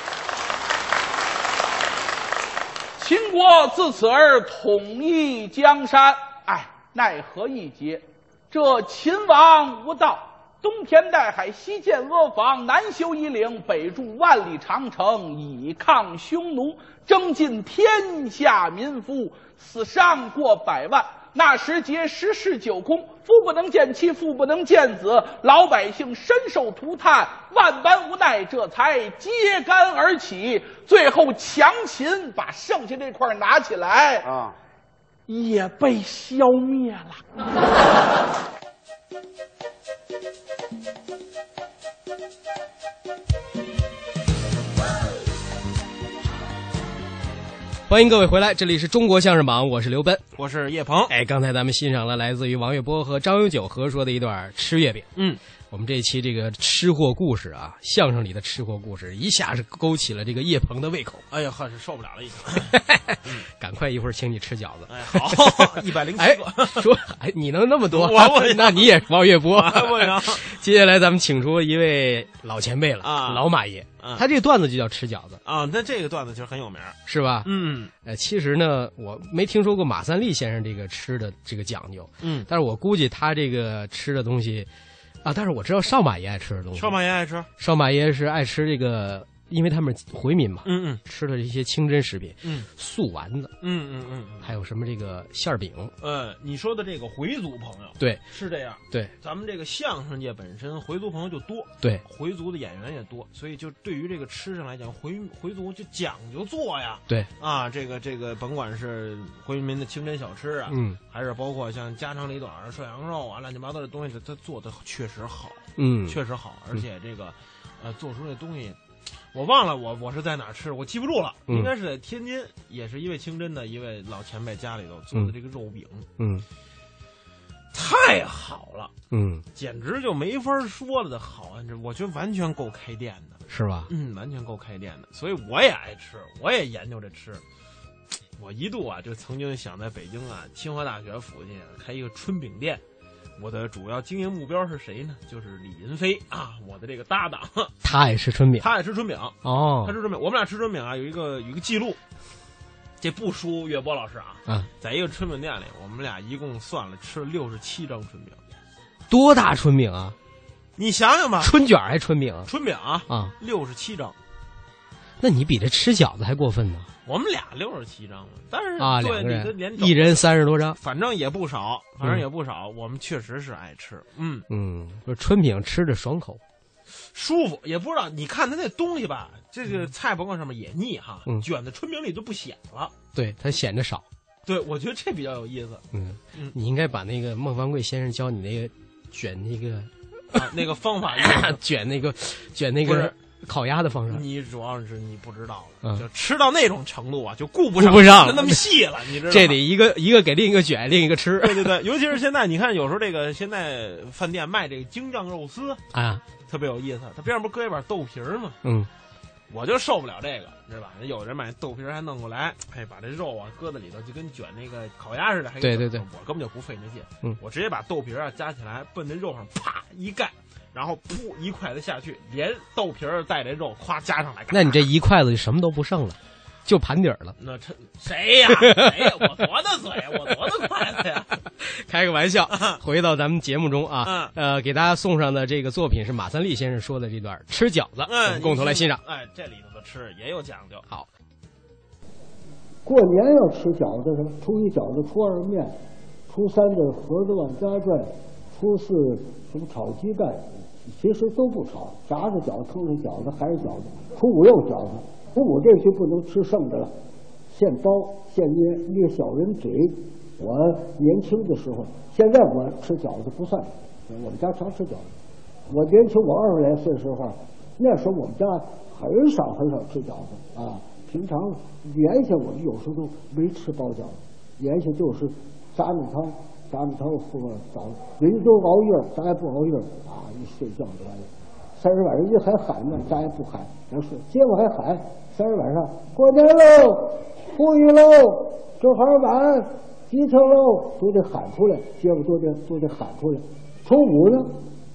J: 秦国自此而统一江山，哎，奈何一劫！这秦王无道，东填带海，西建阿房，南修夷陵，北筑万里长城，以抗匈奴，征尽天下民夫，死伤过百万。那时节，十室九空，夫不能见妻，父不能见子，老百姓深受涂炭，万般无奈，这才揭竿而起，最后强秦把剩下这块儿拿起来，
K: 啊，
J: 也被消灭了。
C: 欢迎各位回来，这里是中国相声榜，我是刘奔。
D: 我是叶鹏，
C: 哎，刚才咱们欣赏了来自于王月波和张永久合说的一段吃月饼。
D: 嗯，
C: 我们这一期这个吃货故事啊，相声里的吃货故事，一下是勾起了这个叶鹏的胃口。
D: 哎呀，呵，是受不了 了已经。
C: 嗯赶快一会儿请你吃饺子。
D: 哎，好，一百零七
C: 哎
D: 个，，
C: 说哎，你能那么多，
D: 我不行
C: 那你也是王月波。
D: 不行。
C: 接下来咱们请出一位老前辈了
D: 啊
C: 老马爷
D: 啊，
C: 他这段子就叫吃饺子，
D: 啊，那这个段子其实很有名儿。
C: 是吧？
D: 嗯
C: 呃，其实呢，我没听说过马三立先生这个吃的这个讲究，
D: 嗯，
C: 但是我估计他这个吃的东西，啊，但是我知道少马爷爱吃的东西。
D: 烧马爷爱吃。
C: 少马爷是爱吃这个，因为他们回民嘛，
D: 嗯嗯
C: 吃的一些清真食品，
D: 嗯，
C: 素丸子，
D: 嗯嗯嗯
C: 还有什么这个馅儿饼，
D: 嗯。呃，你说的这个回族朋友
C: 对
D: 是这样，
C: 对
D: 咱们这个相声界本身回族朋友就多，
C: 对，
D: 回族的演员也多，所以就对于这个吃上来讲，回回族就讲究做呀。
C: 对
D: 啊，这个这个，甭管是回民的清真小吃啊，
C: 嗯
D: 还是包括像家长里短儿、涮羊肉啊、乱七八糟的东西，它做的确实好。
C: 嗯，
D: 确实好，而且这个，呃，做出这东西，我忘了我我是在哪儿吃，我记不住了，
C: 嗯
D: 应该是在天津，也是一位清真的一位老前辈家里头做的这个肉饼，
C: 嗯
D: 太好了，
C: 嗯，
D: 简直就没法说了的好啊！这我觉得完全够开店的，
C: 是吧？
D: 嗯，完全够开店的，所以我也爱吃，我也研究着吃。我一度啊，就曾经想在北京啊，清华大学附近啊开一个春饼店。我的主要经营目标是谁呢？就是李云飞啊，我的这个搭档。
C: 他爱吃春饼
D: 他爱吃春饼，
C: 哦
D: 他吃春饼。我们俩吃春饼啊，有一个有一个记录，这不输岳波老师啊。
C: 啊，
D: 在一个春饼店里，我们俩一共算了吃了六十七张春饼。
C: 多大春饼啊？
D: 你想想吧，
C: 春卷儿还春饼啊？
D: 春饼啊，
C: 啊，
D: 六十七张，
C: 那你比这吃饺子还过分呢
D: 我们俩六十七张嘛但是
C: 啊！
D: 嗯对
C: 两个
D: 你的连
C: 人，嗯一人三十多张。
D: 反正也不少，反正也不少。我们确实是爱吃，嗯，
C: 嗯，说春饼吃着爽口，
D: 舒服。也不知道，你看他那东西吧，这个菜甭管上面也腻哈，
C: 嗯
D: 卷在春饼里就不显了。
C: 对它显着少。
D: 对，我觉得这比较有意 思。
C: 嗯
D: 嗯，
C: 你应该把那个孟凡贵先生教你那个卷那个
D: 啊、那个方 法一样
C: 卷那个卷那
D: 不
C: 个
D: 是
C: 烤鸭的方式。
D: 你主要是你不知道了，
C: 嗯
D: 就吃到那种程度啊，就顾不上
C: 顾不上了
D: 那么细了，你知道吗
C: 这得一个一个给另一个卷，另一个吃
D: 对对对，尤其是现在，你看有时候这个现在饭店卖这个京酱肉丝
C: 啊，
D: 特别有意思，它边上不是搁一把豆皮儿吗？
C: 嗯，
D: 我就受不了这个，知道吧？人有人买豆皮儿还弄过来，哎，把这肉啊搁在里头，就跟卷那个烤鸭似的。还给
C: 对对对
D: 我根本就不费那劲，
C: 嗯
D: 我直接把豆皮儿啊夹起来，奔那肉上啪一盖，然后噗一筷子下去，连豆皮儿带这肉咵夹上来。
C: 那你这一筷子就什么都不剩了，就盘底儿 了。
D: 那这谁呀？谁哎呀？我多大嘴，我多大筷子呀？啊
C: 开个玩笑，回到咱们节目中啊，呃，给大家送上的这个作品是马三立先生说的这段吃饺子，我
D: 嗯，
C: 们共同来欣赏。。
D: 哎，这里头的吃也有讲究。
C: 好，
F: 过年要吃饺子是吧？初一饺子，初二面，初三的盒子往家转，初四什么炒鸡蛋，其实都不炒，炸着饺子、腾着饺子还是饺子。初五又饺子，初五这就不能吃剩的了，现包现捏捏小人嘴。我年轻的时候，现在我吃饺子不算，我们家常吃饺子。我年轻，我二十来岁时候，那时候我们家很少很少吃饺子啊。平常元宵我们有时候都没吃包饺子，元宵就是杂米汤，杂米汤和饺子，人都熬夜儿，咱也不熬夜儿啊，一睡觉就完了。三十晚上人家还喊呢，咱也不喊，咱睡。结果还喊，三十晚上过年喽，富裕喽，正好晚，吉庆喽，哦都得喊出来，结果都得都得喊出来。初五呢，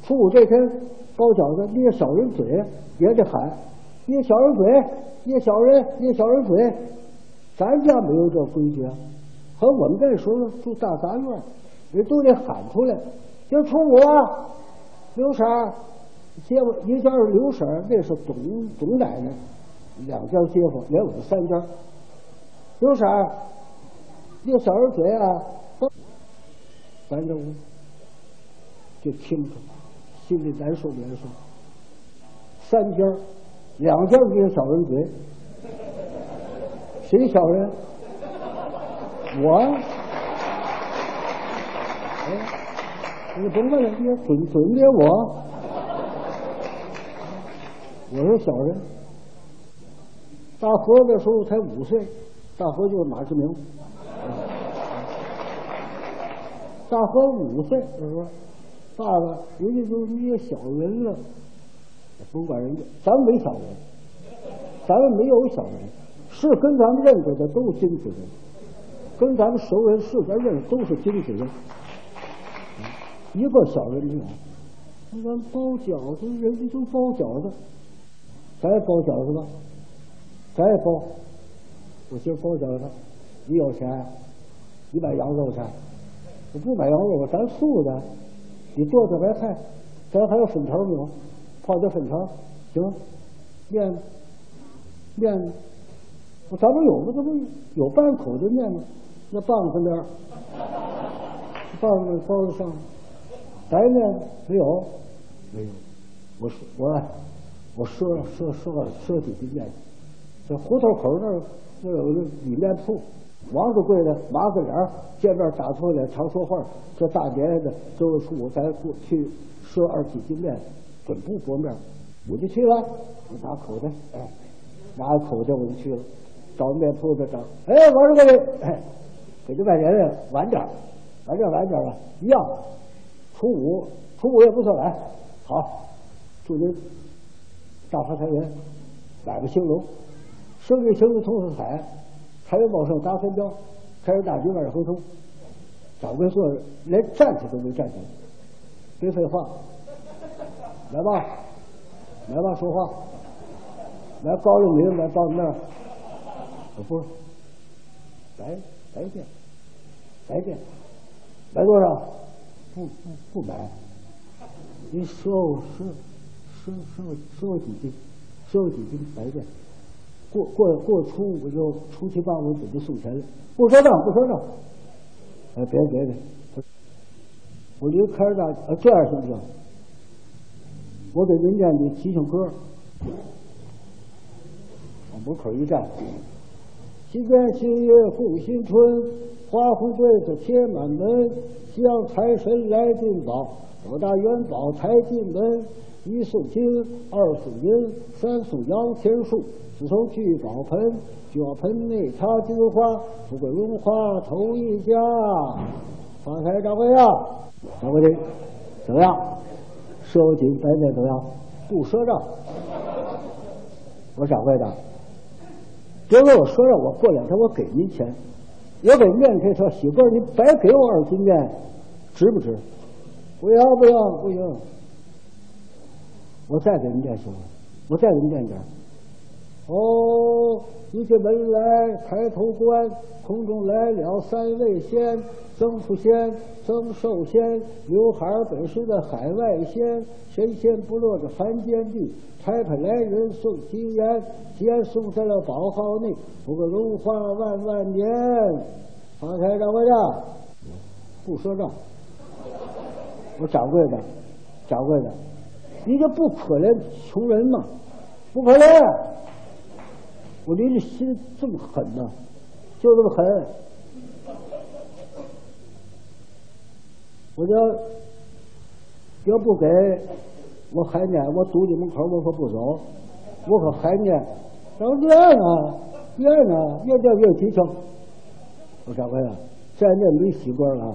F: 初五这天包饺子捏小人嘴也得喊，捏小人嘴，捏小人，捏小人嘴，咱家没有这规矩啊。和我们这时候呢住大杂院儿，人都得喊出来。今儿初五啊，刘婶儿，街坊一家是刘婶儿，那是董董奶奶，两家街坊连我们三家。刘婶儿，那小人嘴啊，哼咱这屋就听着，心里难受难受。三家儿，两家儿捏小人嘴，谁小人？我，哎，你甭问了，你准准给我，我是小人。大河那时候才五岁，大河就是马志明。大河五岁那时候，爸爸人家都捏小人了，甭管人家，咱们没小人，咱们没有小人，是跟咱们认得的都是金子人。跟咱们熟人是咱认识都是金子人，一个小人没有。那咱包饺子，人家都包饺子，咱也包饺子吧，咱也包。我今儿包饺子，你有钱，你买羊肉去，我不买羊肉，咱素的，你剁点白菜，咱还有粉条没有？泡点粉条，行吗？面，面，我咱们有吗？这不有半口的面吗？那棒子面儿，棒子包子上，白面没有，没有。我说我我说了说说了说几斤面，这胡同口那儿那有个米面铺，王掌柜的麻子脸儿见面打错脸，常说话。这大年的正月初五，咱过去说二几斤面，准不薄面儿，我就去了。我拿口袋，哎，拿着口袋我就去了，找面铺子找。哎，王掌柜的，哎给这拜年的晚点儿，晚点儿晚点儿吧，一样。初五，初五也不算晚。好，祝您大发财源，买卖兴隆，生意兴隆通四海，财源茂盛达三标，开山大吉万事亨通。掌柜坐着连站起都没站起来，别废话，来吧，来吧，说话，来高应林，来到那儿，我不是，来。来电，来电，买多少？不不不买。您说我说说说说我几斤？说我几斤白电？过过过初五就初七八我准备送钱了，不说账不说账。哎，别别别，我离开大呃这样行不行？我给您念句吉祥歌，往门口一站。新年新月护新春，花红对子贴满门，西洋财神来进宝，九大元宝抬进门，一束金，二束银，三束洋钱树，四头聚宝盆，聚宝盆内插金花，富贵荣华头一家。发财掌柜呀，啊掌柜的，怎么样？收紧白面怎么样？不赊账。我掌柜的。别跟我说让我过两天我给您钱，我给面这条媳妇儿，你白给我二斤面，值不值？不要不要不行，我再给您点行吗？我再给您点点。哦，一进门来抬头观，空中来了三位仙，曾福仙、曾寿仙，刘海儿本是的海外仙，神仙不落这凡间地。差派来人送金元，吉安送在了宝号内，不过荣华万万年。发财掌柜的，不说账。我掌柜的，掌柜的，你这不可怜穷人吗？不可怜。我离这心这么狠呢、就这么狠。我要要不给，我还撵，我堵你门口，我可不走，我可还撵，然后怨啊怨啊，越念越急性。我掌柜的，现在念没习惯了啊。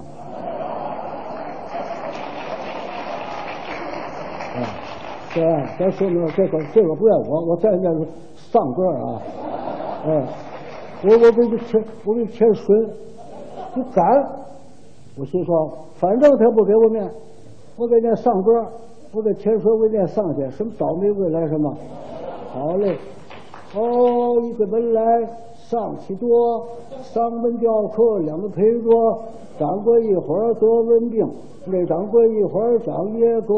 F: 啊，对，咱说明这个这个不怨我，我在那个上个啊，哎，我我给你添我给你添水，你敢？我心说，反正他不给我面，我给那上歌，我给添水，我给那上去，什么倒霉鬼来什么？好嘞，哦，一个门来上起多，上门雕刻两个陪桌，掌柜一会儿得瘟病，那掌柜一会儿长耶格。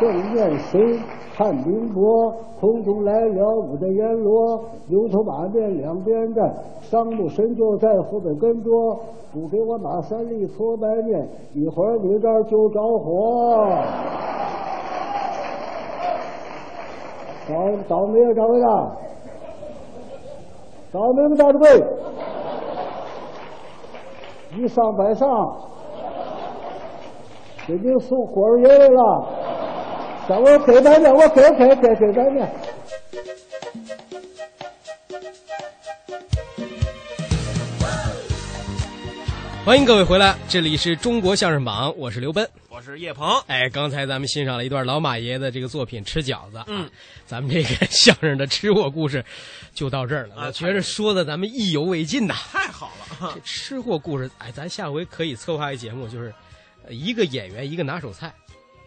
F: 正面谁看明国，空中来了我的阎罗，牛头马面两边站，商木神就在后边跟着，不给我马三立搓白面，一会儿你这儿就着火。倒倒霉啊，掌柜的，倒霉吧，大掌柜，一上百上，给您送火儿爷来了。掌柜给咱点，我给给给给咱点。
C: 欢迎各位回来，这里是中国相声榜，我是刘奔。
D: 我是叶鹏，
C: 哎，刚才咱们欣赏了一段老马爷的这个作品《吃饺子》，啊
D: 嗯，
C: 咱们这个 相声的吃货故事就到这儿了。
D: 啊
C: 我觉着说的咱们意犹未尽呐，
D: 太好了，
C: 这吃货故事，哎，咱下回可以策划一节目，就是呃一个演员一个拿手菜，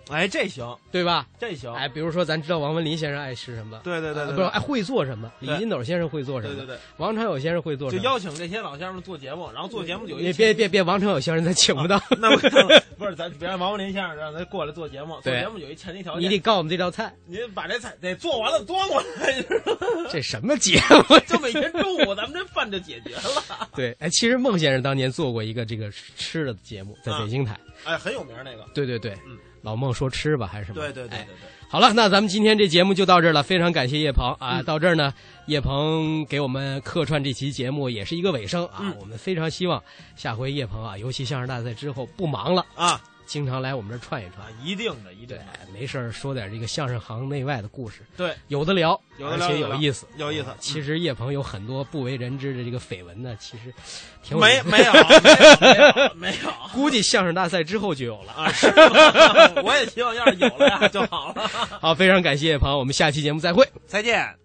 D: 哎，这行，
C: 对吧？
D: 这行，
C: 哎，比如说咱知道王文林先生爱吃什么，
D: 对对对
C: 啊
D: 对
C: 不是
D: 对
C: 哎会做什么，李
D: 对
C: 金斗先生会做什么，
D: 对对对，
C: 王长友先生会做什
D: 就
C: 么，
D: 邀请这些老先生们做节目，然后做节目有一
C: 你
D: 期
C: 别别别，王长友先生咱请不到，
D: 啊 那不行了不是咱别让王文林先生让他过来做节目，做
C: 对
D: 节目有一前提条 件，
C: 你得告诉我们这道 菜，
D: 您把这菜得做完了端过来，你知道吗
C: 这什么节目？
D: 就每天中午咱们这饭就解决了，
C: 对，哎，其实孟先生当年做过一个这个吃的节目，在北京台。
D: 哎，很有名那个，
C: 对对对，老孟说吃吧还是什么？
D: 嗯
C: 哎
D: 对对对对对。
C: 好了，那咱们今天这节目就到这儿了，非常感谢叶鹏啊！
D: 嗯
C: 到这儿呢，叶鹏给我们客串这期节目也是一个尾声啊。
D: 嗯
C: 我们非常希望下回叶鹏啊，尤其相声大赛之后不忙了
D: 啊，
C: 经常来我们这儿串一串，
D: 一定的，一定
C: 对，没事儿说点这个相声行内外的故事，
D: 对，
C: 有的聊，
D: 有的聊
C: 而且
D: 有的
C: 有
D: 聊
C: 意思，
D: 有意思嗯
C: 啊其实叶鹏有很多不为人知的这个绯闻呢，其实挺有
D: 没
C: 意思
D: 没有没有没有，
C: 估计相声大赛之后就有了
D: 啊，是 吗我也希望要是有了呀就好了。
C: 好，非常感谢叶鹏，我们下期节目再会。
D: 再见。